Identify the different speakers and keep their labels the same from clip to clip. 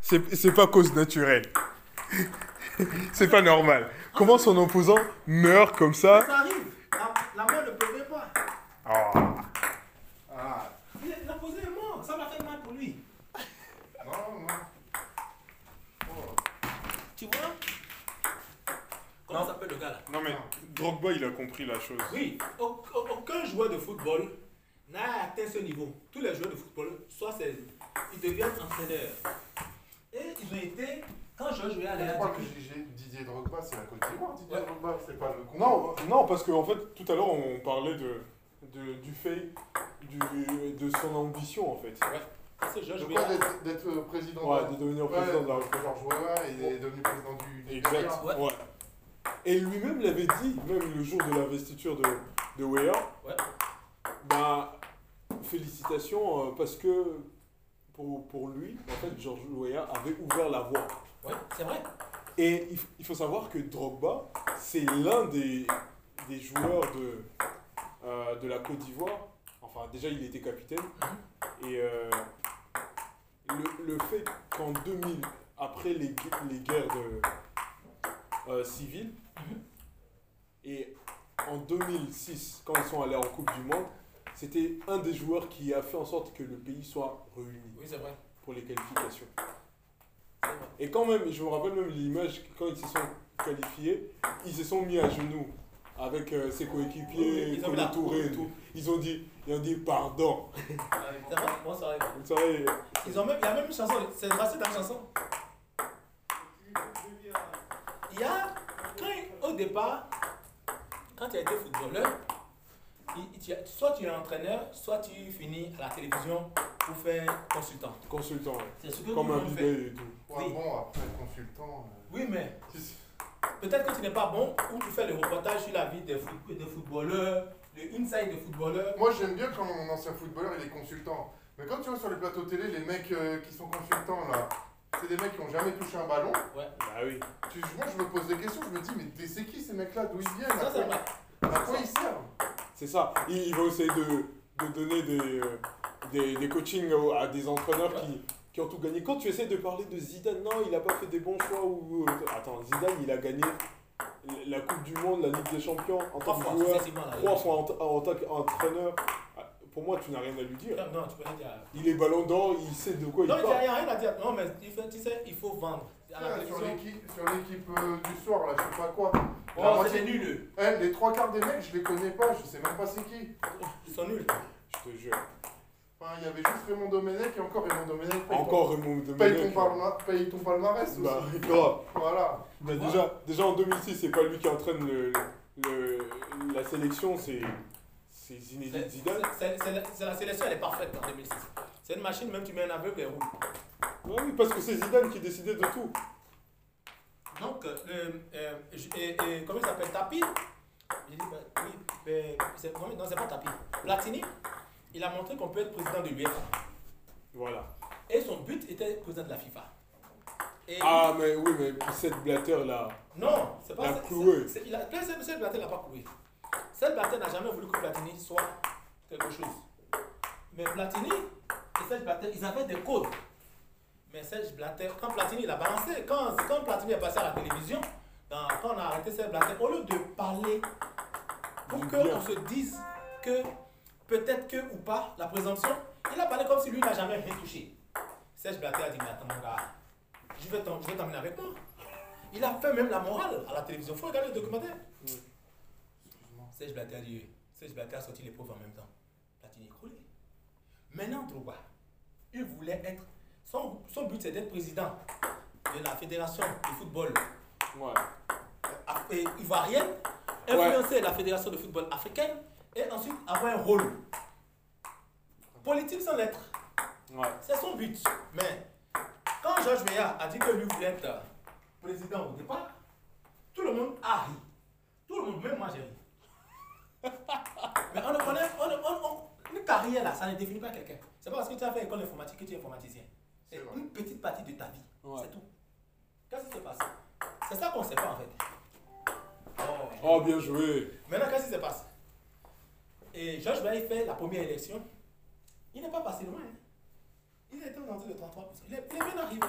Speaker 1: C'est c'est pas cause naturelle. C'est pas normal. Comment son opposant meurt comme ça
Speaker 2: Ça arrive. La, la mort ne prévient pas.
Speaker 1: Oh.
Speaker 2: Ah. Il a posé est mort. Ça m'a fait mal pour lui.
Speaker 1: Non, non.
Speaker 2: Tu vois Comment
Speaker 1: Non.
Speaker 2: s'appelle le gars là
Speaker 1: Non mais Drogba il a compris la chose.
Speaker 2: Oui, au- au- aucun joueur de football n'a atteint ce niveau. Tous les joueurs de football, soit c'est. Ils deviennent entraîneurs. Et ils ont été. Quand je jouais à
Speaker 3: Je
Speaker 2: l'air.
Speaker 3: crois que Didier- Didier Drogba, c'est la Côte d'Ivoire. Didier
Speaker 2: Euh, Ouais.
Speaker 3: Drogba, c'est pas le con.
Speaker 1: Non, non parce qu'en fait tout à l'heure on parlait de, de- du fait du, de son ambition en fait.
Speaker 2: Ce joueur
Speaker 3: Je
Speaker 2: jouait
Speaker 3: crois
Speaker 2: à
Speaker 3: d'être d'être euh, président.
Speaker 1: Ouais, de devenir
Speaker 3: Ouais,
Speaker 1: président de la
Speaker 3: Georges Weah, il est devenu président du. du
Speaker 1: Exact.
Speaker 3: Nigeria.
Speaker 2: Ouais.
Speaker 1: Ouais. Et lui-même l'avait dit, même le jour de l'investiture de, de Weah,
Speaker 2: Ouais.
Speaker 1: bah félicitations euh, parce que pour, pour lui, en fait, George Weah avait ouvert la voie.
Speaker 2: Ouais, c'est vrai.
Speaker 1: Et il, f- il faut savoir que Drogba, c'est l'un des, des joueurs de, euh, de la Côte d'Ivoire. Enfin, déjà, il était capitaine. Et euh, le, le fait qu'en 2000, après les, gu- les guerres de, euh, civiles,
Speaker 2: Mhm.
Speaker 1: et en 2006, quand ils sont allés en Coupe du Monde, c'était un des joueurs qui a fait en sorte que le pays soit réuni
Speaker 2: Oui, c'est vrai.
Speaker 1: pour les qualifications.
Speaker 2: C'est vrai.
Speaker 1: Et quand même, je me rappelle même l'image, quand ils se sont qualifiés, ils se sont mis à genoux avec euh, ses
Speaker 2: Oui,
Speaker 1: coéquipiers,
Speaker 2: ils ont
Speaker 1: Koné
Speaker 2: la-
Speaker 1: Touré et tout. Ils ont dit, ils ont dit pardon.
Speaker 2: C'est vrai, bon, ça arrive.
Speaker 1: Vous savez,
Speaker 2: Ils ont même, il y a même une chanson, c'est tracé dans la chanson. Il y a, quand, au départ, quand tu as été footballeur, il- il- tu as- soit tu es entraîneur, soit tu finis à la télévision pour faire consultant.
Speaker 1: consultant, ouais.
Speaker 2: C'est ce que
Speaker 1: comme un
Speaker 2: nous on fait.
Speaker 1: bidet et tout.
Speaker 3: Ouais,
Speaker 2: Oui.
Speaker 3: Bon, après consultant. euh,
Speaker 2: Oui, mais
Speaker 3: si, si.
Speaker 2: peut-être que tu n'es pas bon ou tu fais le reportage sur la vie des, foot- des footballeurs, le inside des footballeurs.
Speaker 3: Moi, j'aime bien quand mon ancien footballeur il est consultant. Mais quand tu vois sur les plateaux télé, les mecs euh, qui sont consultants là, c'est des mecs qui ont jamais touché un ballon.
Speaker 1: Bah oui.
Speaker 3: Tu- moi, je me pose des questions, je me dis, mais c'est qui ces mecs-là D'où ils viennent
Speaker 2: Ça,
Speaker 3: à
Speaker 2: c'est
Speaker 3: quoi,
Speaker 2: vrai.
Speaker 3: à quoi ils servent
Speaker 1: C'est ça. Il, il va essayer de, de donner des, euh, des, des coachings au- à des entraîneurs qui, qui ont tout gagné. Quand tu essaies de parler de Zidane, non, il n'a pas fait des bons choix. Ou, euh, attends, Zidane, il a gagné la Coupe du Monde, la Ligue des Champions en
Speaker 2: Trois
Speaker 1: tant que
Speaker 2: fois,
Speaker 1: joueur.
Speaker 2: successivement. là.
Speaker 1: Trois fois en, t- en tant qu'entraîneur, pour moi, tu n'as rien à lui dire.
Speaker 2: Non, tu peux rien dire.
Speaker 1: Il est ballon d'or, il sait de quoi
Speaker 2: Non,
Speaker 1: il
Speaker 2: il n'y a
Speaker 1: parle.
Speaker 2: il y a rien à dire. Non, mais tu fais- tu sais, il faut vendre. À Ah, la
Speaker 3: Tiens, Sur
Speaker 2: télévision,
Speaker 3: l'équipe sur l'équipe, euh, du soir, là, je sais pas quoi.
Speaker 2: Oh,
Speaker 3: La moitié-
Speaker 2: c'est nul.
Speaker 3: Eh, les trois quarts des mecs, je les connais pas, je sais même pas c'est qui.
Speaker 2: Ils sont nuls.
Speaker 1: Je te jure.
Speaker 3: Enfin, il y avait juste Raymond Domenech et encore Raymond Domenech. paye ton-
Speaker 1: Encore Raymond
Speaker 3: Paye ton,
Speaker 1: Domenech.
Speaker 3: palma- paye ton palmarès aussi.
Speaker 1: Bah, grave.
Speaker 3: Voilà.
Speaker 1: Bah, déjà, déjà en 2006, c'est pas lui qui entraîne le, le- la sélection, c'est c'est Zinedine
Speaker 2: C'est-
Speaker 1: Zidane.
Speaker 2: c'est- c'est la- c'est la sélection, elle est parfaite en 2006. C'est une machine, même tu mets un aveugle, elle roule.
Speaker 1: Ouais, oui, parce que c'est Zidane qui décidait de tout.
Speaker 2: Donc, euh, euh, je- et, et comment il s'appelle Tapi Je dis, bah, oui, mais c'est- non, mais non, c'est pas Tapi. Platini, il a montré qu'on peut être président de l'UEFA.
Speaker 1: Voilà.
Speaker 2: Et son but était président de la FIFA. Et
Speaker 1: Ah, mais oui, mais cette blatter là.
Speaker 2: Non, c'est pas
Speaker 1: La
Speaker 2: c'est-
Speaker 1: clouée.
Speaker 2: c'est- c'est- il a- Plein de Seul Blatter n'a pas cloué. Seul Blatter n'a jamais voulu que Platini soit quelque chose. Mais Platini et Serge Blatter, ils avaient des codes. Mais Serge Blatter, quand Platini l'a balancé, quand, quand Platini est passé à la télévision, dans- quand on a arrêté Serge Blatter, au lieu de parler pour
Speaker 1: Du bien.
Speaker 2: qu'on se dise que peut-être que ou pas, la présomption, il a parlé comme si lui n'a jamais rien touché. Serge Blatter a dit, mais attends mon gars, je vais t'em- je vais t'emmener avec moi. Il a fait même la morale à la télévision. Faut regarder le documentaire. Serge Blatter a dit, Serge Blatter a sorti les preuves en même temps. Platini est collé. Maintenant, Drogba, il voulait être. Son, son but, c'est d'être président de la fédération de football
Speaker 1: Ouais.
Speaker 2: af- et ivoirienne, influencer la fédération de football africaine et ensuite avoir un rôle politique sans lettres.
Speaker 1: Ouais.
Speaker 2: C'est son but. Mais quand Georges Weah a dit que lui voulait être euh, président au départ, tout le monde a ri. Tout le monde, même moi j'ai ri. Mais on ne connaît, on, ne- on- on- une carrière là, ça ne définit pas quelqu'un. C'est pas parce que tu as fait école informatique que tu es informaticien. C'est
Speaker 3: C'est vrai.
Speaker 2: une petite partie de ta vie.
Speaker 1: Ouais.
Speaker 2: C'est tout. Qu'est-ce qui se passe C'est ça qu'on ne sait pas en fait. Oh.
Speaker 1: Oh, bien joué.
Speaker 2: Maintenant, qu'est-ce qui se passe Et Georges Weah, il fait la première élection. Il n'est pas passé loin. hein. Il était aux entours de 33%. Il est, il est bien arrivé.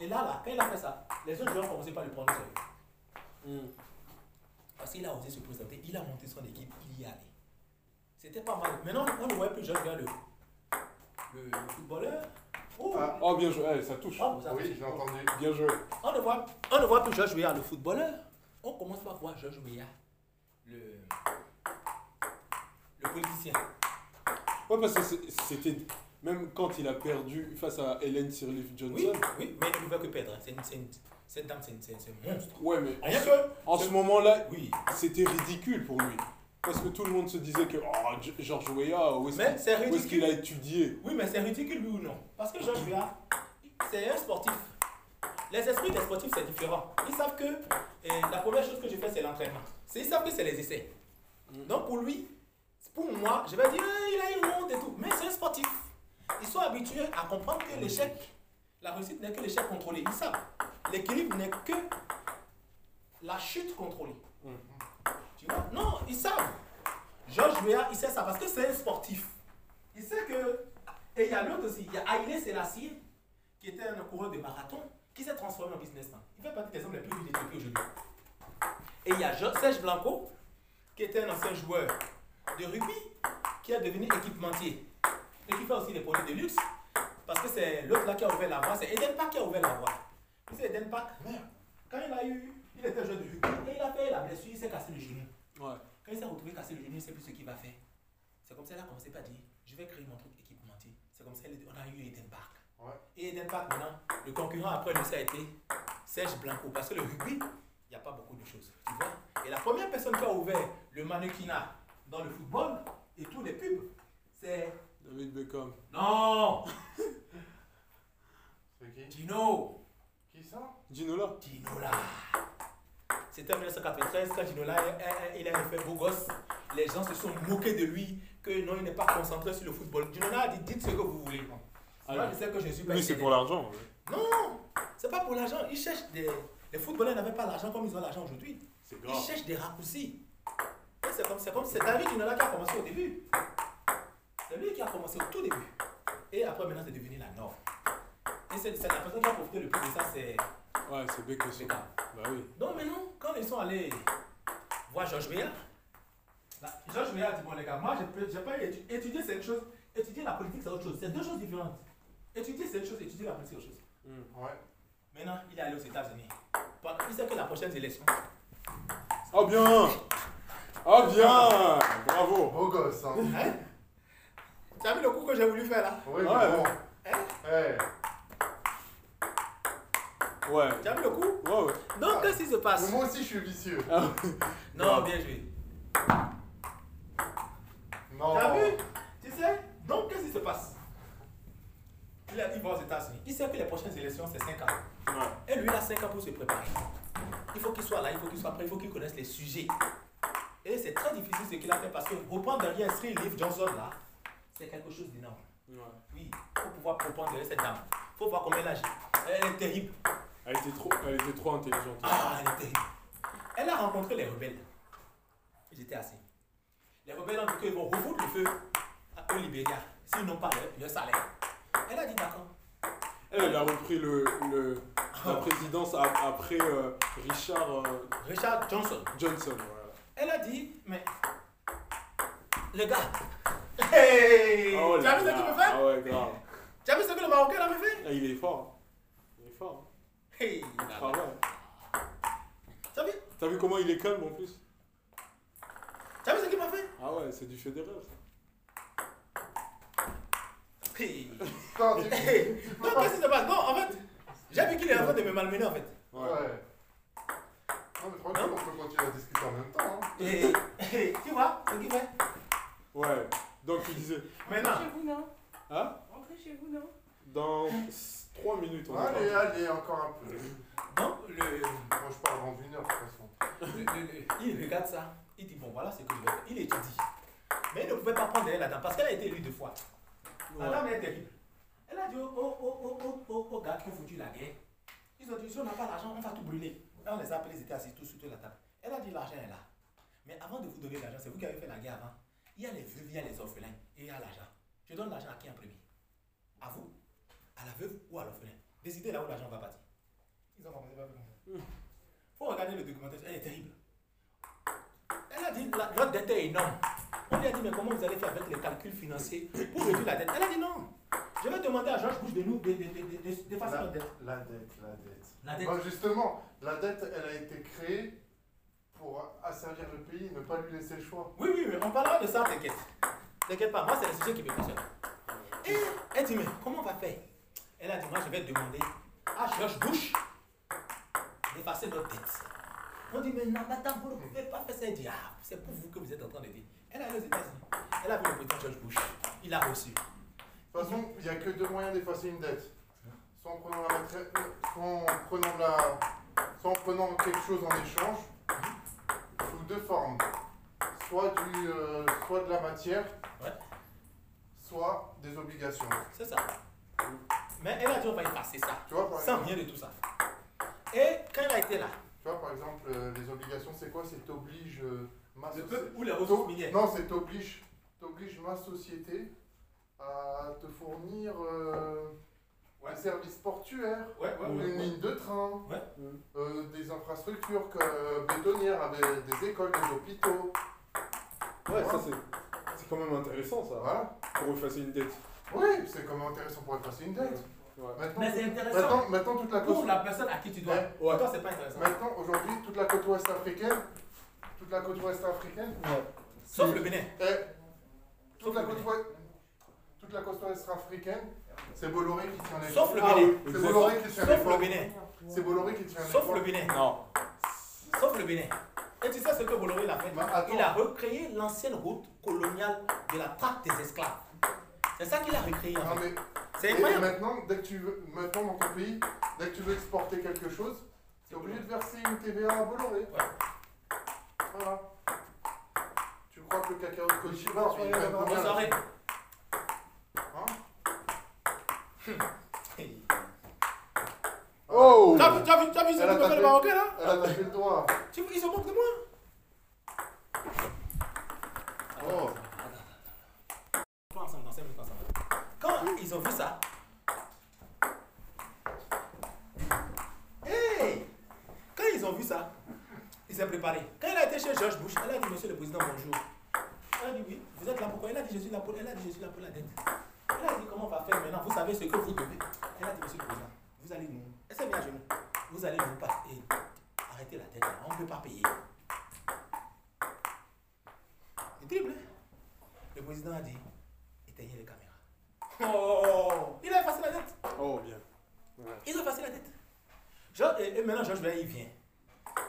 Speaker 2: Et là, là, quand il a fait ça, les autres joueurs ont commencé par le prendre au sérieux. Mm. Parce qu'il a osé se présenter, il a monté son équipe, il y allait. C'était pas mal. Maintenant, on ne voyait plus jeune vers le, le footballeur. Oh,
Speaker 3: Ah,
Speaker 1: Oh, bien joué, Eh, ça touche.
Speaker 2: Ah, vous avez-
Speaker 3: Oui, j'ai entendu.
Speaker 1: Bien joué.
Speaker 2: On ne voit, on ne voit plus Georges Weah, le footballeur. On commence par voir Georges Weah, le, le politicien.
Speaker 1: Ouais, parce que c'est- c'était. Même quand il a perdu face à Helen Sirleaf
Speaker 2: Oui,
Speaker 1: Johnson.
Speaker 2: oui, mais il ne pouvait que perdre. hein. C'est une, c'est une- cette dame, c'est une- c'est c'est un monstre.
Speaker 1: Ouais, mais.
Speaker 2: Rien que.
Speaker 1: En ce moment-là,
Speaker 2: Oui,
Speaker 1: c'était ridicule pour lui. Parce que tout le monde se disait que. Oh, G- George Weah, où est-ce
Speaker 2: mais c'est
Speaker 1: qu'il- où est-ce qu'il
Speaker 2: ridicule.
Speaker 1: a étudié
Speaker 2: Oui, mais c'est ridicule, oui ou non Parce que Georges Weah, c'est un sportif. Les esprits des sportifs, c'est différent. Ils savent que eh, la première chose que je fais, c'est l'entraînement. C'est- Ils savent que c'est les essais.
Speaker 1: Mm.
Speaker 2: Donc pour lui, pour moi, je vais dire, Eh, il a une honte et tout. Mais c'est un sportif. Ils sont habitués à comprendre que l'échec, la réussite n'est que l'échec contrôlé. Ils savent. L'équilibre n'est que la chute contrôlée.
Speaker 1: Mm.
Speaker 2: Tu vois Non, ils savent. Georges Weah, il sait ça parce que c'est un sportif. Il sait que. Et il y a l'autre aussi. Il y a Haile Selassie, qui était un coureur de marathon, qui s'est transformé en businessman. Il fait partie des hommes les plus riches d'Éthiopie aujourd'hui. Et il y a Jo- Serge Blanco, qui était un ancien joueur de rugby, qui est devenu équipementier. Et qui fait aussi des produits de luxe. Parce que c'est l'autre là qui a ouvert la voie. C'est Eden Park qui a ouvert la voie. Vous savez, Eden Park, quand il a eu. Il était joueur de rugby. Et il a fait la blessure, il s'est cassé le genou.
Speaker 1: Ouais.
Speaker 2: Quand il s'est retrouvé cassé le genou, il ne sait plus ce qu'il va faire. C'est comme ça qu'elle a commencé par dire Je vais créer mon truc équipementier. C'est comme ça qu'on a eu Eden Park.
Speaker 3: Ouais.
Speaker 2: Et Eden Park, maintenant, le concurrent après lui, ça a été Serge Blanco. Parce que le rugby, il n'y a pas beaucoup de choses. Tu vois Et la première personne qui a ouvert le mannequinat dans le football et tous les pubs, c'est.
Speaker 1: David Beckham.
Speaker 2: Non
Speaker 3: C'est qui
Speaker 2: Dino
Speaker 3: Qui ça
Speaker 1: Ginola.
Speaker 2: Dinola C'était en 1993 quand Dinola est- est- est- il a fait beau gosse. Les gens se sont moqués de lui, que non, il n'est pas concentré sur le football. Dinola a dit dites ce que vous voulez. Moi,
Speaker 1: Alors,
Speaker 2: je sais que je suis pas
Speaker 1: lui, c'est
Speaker 2: italien.
Speaker 1: pour l'argent.
Speaker 2: Non C'est pas pour l'argent. Ils cherchent des. Les footballeurs n'avaient pas l'argent comme ils ont l'argent aujourd'hui.
Speaker 1: C'est
Speaker 2: Ils
Speaker 1: grave.
Speaker 2: cherchent des raccourcis. Et C'est comme c'est comme c'est David Dinola qui a commencé au début. C'est lui qui a commencé au tout début. Et après maintenant c'est devenu la norme. Et c'est c'est la personne qui a profité le plus de ça, c'est
Speaker 1: Ouais, c'est Beckham.
Speaker 2: Beckham.
Speaker 1: Bah oui.
Speaker 2: Donc maintenant, quand ils sont allés voir Georges Weah, bah, Georges Weah a dit, bon les gars, moi je peux- j'ai pas étudié, étudier c'est une chose, étudier la politique c'est autre chose, c'est deux choses différentes. Étudier c'est une chose, étudier la politique c'est autre chose.
Speaker 3: Ouais.
Speaker 2: Maintenant, il est allé aux États-Unis. Bon, Il sait que la prochaine élection,
Speaker 1: Oh bien Oh bien Bravo
Speaker 3: Beau gosse, hein.
Speaker 2: hein Tu as vu le coup que j'ai voulu faire là
Speaker 3: Oui, mais
Speaker 1: Ah Ouais.
Speaker 3: bon.
Speaker 2: Hein
Speaker 3: Eh,
Speaker 1: Ouais.
Speaker 2: Tu as vu le coup
Speaker 1: Ouais, ouais.
Speaker 2: Donc, qu'est-ce qui se
Speaker 3: mais
Speaker 2: passe
Speaker 3: Eh, Moi aussi, je suis vicieux.
Speaker 1: Ah,
Speaker 2: Non, bien joué.
Speaker 3: Non.
Speaker 2: T'as vu Tu sais Donc, qu'est-ce qui se passe Il a dit, va aux États-Unis. Il sait que les prochaines élections, c'est 5 ans.
Speaker 1: ouais.
Speaker 2: Et lui, il a 5 ans pour se préparer. Il faut qu'il soit là, il faut qu'il soit prêt, il faut qu'il connaisse les sujets. Et c'est très difficile ce qu'il a fait parce que reprendre derrière Sri Leaf Johnson là, c'est quelque chose d'énorme.
Speaker 1: Ouais.
Speaker 2: Oui, faut pouvoir comprendre derrière cette dame. Faut voir combien elle agit. Elle est terrible.
Speaker 1: Elle était trop, elle était trop intelligente.
Speaker 2: Ah, elle est terrible. Elle a rencontré les rebelles. J'étais assis. Les rebelles ont dit qu'ils vont refouler le feu à- au Libéria s'ils n'ont pas leur, leur salaire. Elle a dit d'accord.
Speaker 1: Elle, elle a repris le, le- la présidence a- après euh, Richard euh,
Speaker 2: Richard Johnson.
Speaker 1: Johnson. voilà.
Speaker 2: Elle a dit, mais. Les gars. Hey
Speaker 1: Oh
Speaker 2: Tu as
Speaker 1: là
Speaker 2: vu ce
Speaker 1: là.
Speaker 2: qu'il me fait
Speaker 1: Ah ouais, grave.
Speaker 2: Tu as vu ce que le Marocain là me fait
Speaker 1: Ah, il est fort. Il est fort. hein.
Speaker 2: Hey
Speaker 1: Il travaille.
Speaker 2: Tu as vu
Speaker 1: T'as vu comment il est calme en plus
Speaker 2: Tu as vu ce qu'il m'a fait
Speaker 1: Ah ouais, c'est du Federer. ça.
Speaker 2: Hey
Speaker 3: Putain, tu-
Speaker 2: Hey. Donc qu'est-ce qui se passe Non, en fait, j'ai vu qu'il est en train de me malmener en fait.
Speaker 3: Ouais. Non, mais tranquille, on peut continuer à discuter en même temps. hein.
Speaker 2: Hey, hey, tu vois ce qu'il fait
Speaker 1: Ouais. Donc tu disais,
Speaker 2: Maintenant,
Speaker 4: Rentrez chez vous, non
Speaker 1: hein
Speaker 4: Rentrez chez vous, non
Speaker 1: Dans 3 minutes, on est
Speaker 3: Allez,
Speaker 1: parti.
Speaker 3: allez, encore un peu.
Speaker 2: donc, le,
Speaker 3: Moi, je parle dans une heure, de toute façon.
Speaker 2: le- le- le- il regarde ça, il dit bon voilà ce que je vais faire. Il étudie. Mais il ne pouvait pas prendre derrière la dame parce qu'elle a été élue deux fois. La
Speaker 1: Ouais.
Speaker 2: dame est terrible. Elle a dit oh oh oh oh oh oh gars qui ont foutu la guerre. Ils ont dit si on n'a pas l'argent, on va tout brûler. Là, on les a appelés, ils étaient assis tous sur la table. Elle a dit l'argent est là. Mais avant de vous donner l'argent, c'est vous qui avez fait la guerre avant. Il y a les veuves, il y a les orphelins et il y a l'argent. Je donne l'argent à qui en premier À vous À la veuve ou à l'orphelin Décidez là où l'argent va partir. Hmm. Ils ont commencé par avec moi. Faut regarder le documentaire, elle est terrible. Elle a dit, la, notre dette est énorme. On lui a dit, mais comment vous allez faire avec les calculs financiers pour réduire la dette Elle a dit non. Je vais demander à Georges Bush de nous de- de- de- de- de- d'effacer
Speaker 3: La-
Speaker 2: notre dette.
Speaker 3: La dette, la dette.
Speaker 2: La dette.
Speaker 3: Bah, justement, la dette, elle a été créée pour asservir le pays, ne pas lui laisser le choix.
Speaker 2: Oui, oui, oui, on parlera de ça, t'inquiète. T'inquiète pas, moi, c'est le sujet qui me passionne. Et elle dit, mais comment on va faire Elle a dit, moi, je vais demander à George Bush d'effacer notre dette. On dit, mais non, madame, vous ne pouvez pas faire ça. Elle dit, ah, c'est pour vous que vous êtes en train de dire. Elle est allée aux États-Unis. Elle a vu le président George Bush. Il a reçu.
Speaker 3: De toute façon, il n'y a que deux moyens d'effacer une dette. Soit en prenant la retraite- euh, soit en prenant de la- soit en prenant quelque chose en échange, sous deux formes. Soit du, euh, soit de la matière,
Speaker 2: Ouais.
Speaker 3: soit des obligations.
Speaker 2: C'est ça. Mais elle a dit, on va effacer ça.
Speaker 3: Tu vois par
Speaker 2: Sans
Speaker 3: exemple,
Speaker 2: rien de tout ça. Et quand elle a été là,
Speaker 3: tu vois, par exemple euh, les obligations, c'est quoi C'est t'oblige euh, ma
Speaker 2: le
Speaker 3: société.
Speaker 2: peuple ou les ressources minières.
Speaker 3: Non, c'est t'oblige, t'oblige ma société à te fournir euh,
Speaker 2: Ouais.
Speaker 3: un service portuaire.
Speaker 2: Ouais, ouais, ouais,
Speaker 3: Une
Speaker 2: ouais.
Speaker 3: ligne de train,
Speaker 2: Ouais.
Speaker 3: Euh, des infrastructures que, euh, bétonnières, avec des écoles, des hôpitaux.
Speaker 1: Ouais, ça c'est. C'est quand même intéressant ça,
Speaker 3: Voilà.
Speaker 1: pour effacer une dette.
Speaker 3: Oui, c'est quand même intéressant pour effacer une dette.
Speaker 1: Ouais.
Speaker 3: Maintenant,
Speaker 2: Mais c'est intéressant.
Speaker 3: maintenant, maintenant, toute la
Speaker 2: Pour
Speaker 3: côte.
Speaker 2: la personne à qui tu dois.
Speaker 3: Ouais.
Speaker 2: Pour toi, c'est pas intéressant.
Speaker 3: Maintenant, aujourd'hui, toute la côte ouest africaine, toute la côte ouest africaine,
Speaker 2: Sauf le Bénin.
Speaker 3: eh, toute
Speaker 2: Sauf
Speaker 3: la
Speaker 2: le
Speaker 3: côte
Speaker 2: Bénin.
Speaker 3: ouest, toute la côte ouest africaine, c'est Bolloré qui tient les.
Speaker 2: Sauf le
Speaker 1: Ah
Speaker 2: Bénin.
Speaker 1: oui,
Speaker 3: C'est
Speaker 1: exact.
Speaker 3: Bolloré qui tient les
Speaker 2: Sauf le
Speaker 3: ports.
Speaker 2: Bénin.
Speaker 3: C'est Bolloré qui tient les.
Speaker 2: Sauf
Speaker 3: ports.
Speaker 2: le Bénin.
Speaker 1: Non.
Speaker 2: Sauf le Bénin. Et tu sais ce que Bolloré il a fait
Speaker 3: Mais Bah, attends.
Speaker 2: Il a recréé l'ancienne route coloniale de la traque des esclaves. C'est ça qu'il a recréé. en
Speaker 3: Non,
Speaker 2: fait.
Speaker 3: mais
Speaker 2: C'est
Speaker 3: Et
Speaker 2: incroyable.
Speaker 3: maintenant, dès que tu veux, maintenant dans ton pays, dès que tu veux exporter quelque chose, tu es obligé de verser une TVA à Bolloré. Voilà. Tu crois que le cacao de Côte d'Ivoire, il va être
Speaker 2: Bonne soirée.
Speaker 3: Hein
Speaker 1: Oh
Speaker 2: T'as vu, t'as vu, t'as vu ce
Speaker 3: Elle a
Speaker 2: que fait
Speaker 3: tapé.
Speaker 2: le Marocain là
Speaker 3: Ah, Elle a tapé le doigt.
Speaker 2: Tu vois, Ils se moquent de moi.
Speaker 3: Oh.
Speaker 2: Pas ensemble, dans cinq minutes, ensemble. Quand ils ont vu ça, hey, quand ils ont vu ça, ils s'est préparé. Quand elle a été chez George Bush, elle a dit Monsieur le Président, bonjour. Elle a dit oui, vous êtes là pourquoi Elle a dit je suis là pour, elle a dit, je suis là pour la dette. Elle a dit comment on va faire maintenant Vous savez ce que vous devez. Elle a dit Monsieur le Président, vous allez nous. Elle s'est mise à genoux. Vous allez nous passer. Arrêtez la dette, là, on ne peut pas payer. C'est terrible. hein Le président a dit éteignez les caméras.
Speaker 1: Oh
Speaker 2: Il a effacé la dette.
Speaker 1: Oh, bien.
Speaker 2: Ils ont effacé la dette. Georges- et, et maintenant, Georges Weah, il vient.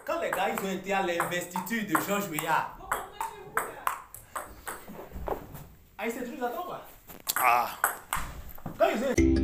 Speaker 2: Quand les gars, ils ont été à l'investiture de Georges Weah. Ah, ils s'étaient toujours attendus, quoi. Ah. Quand ils ont...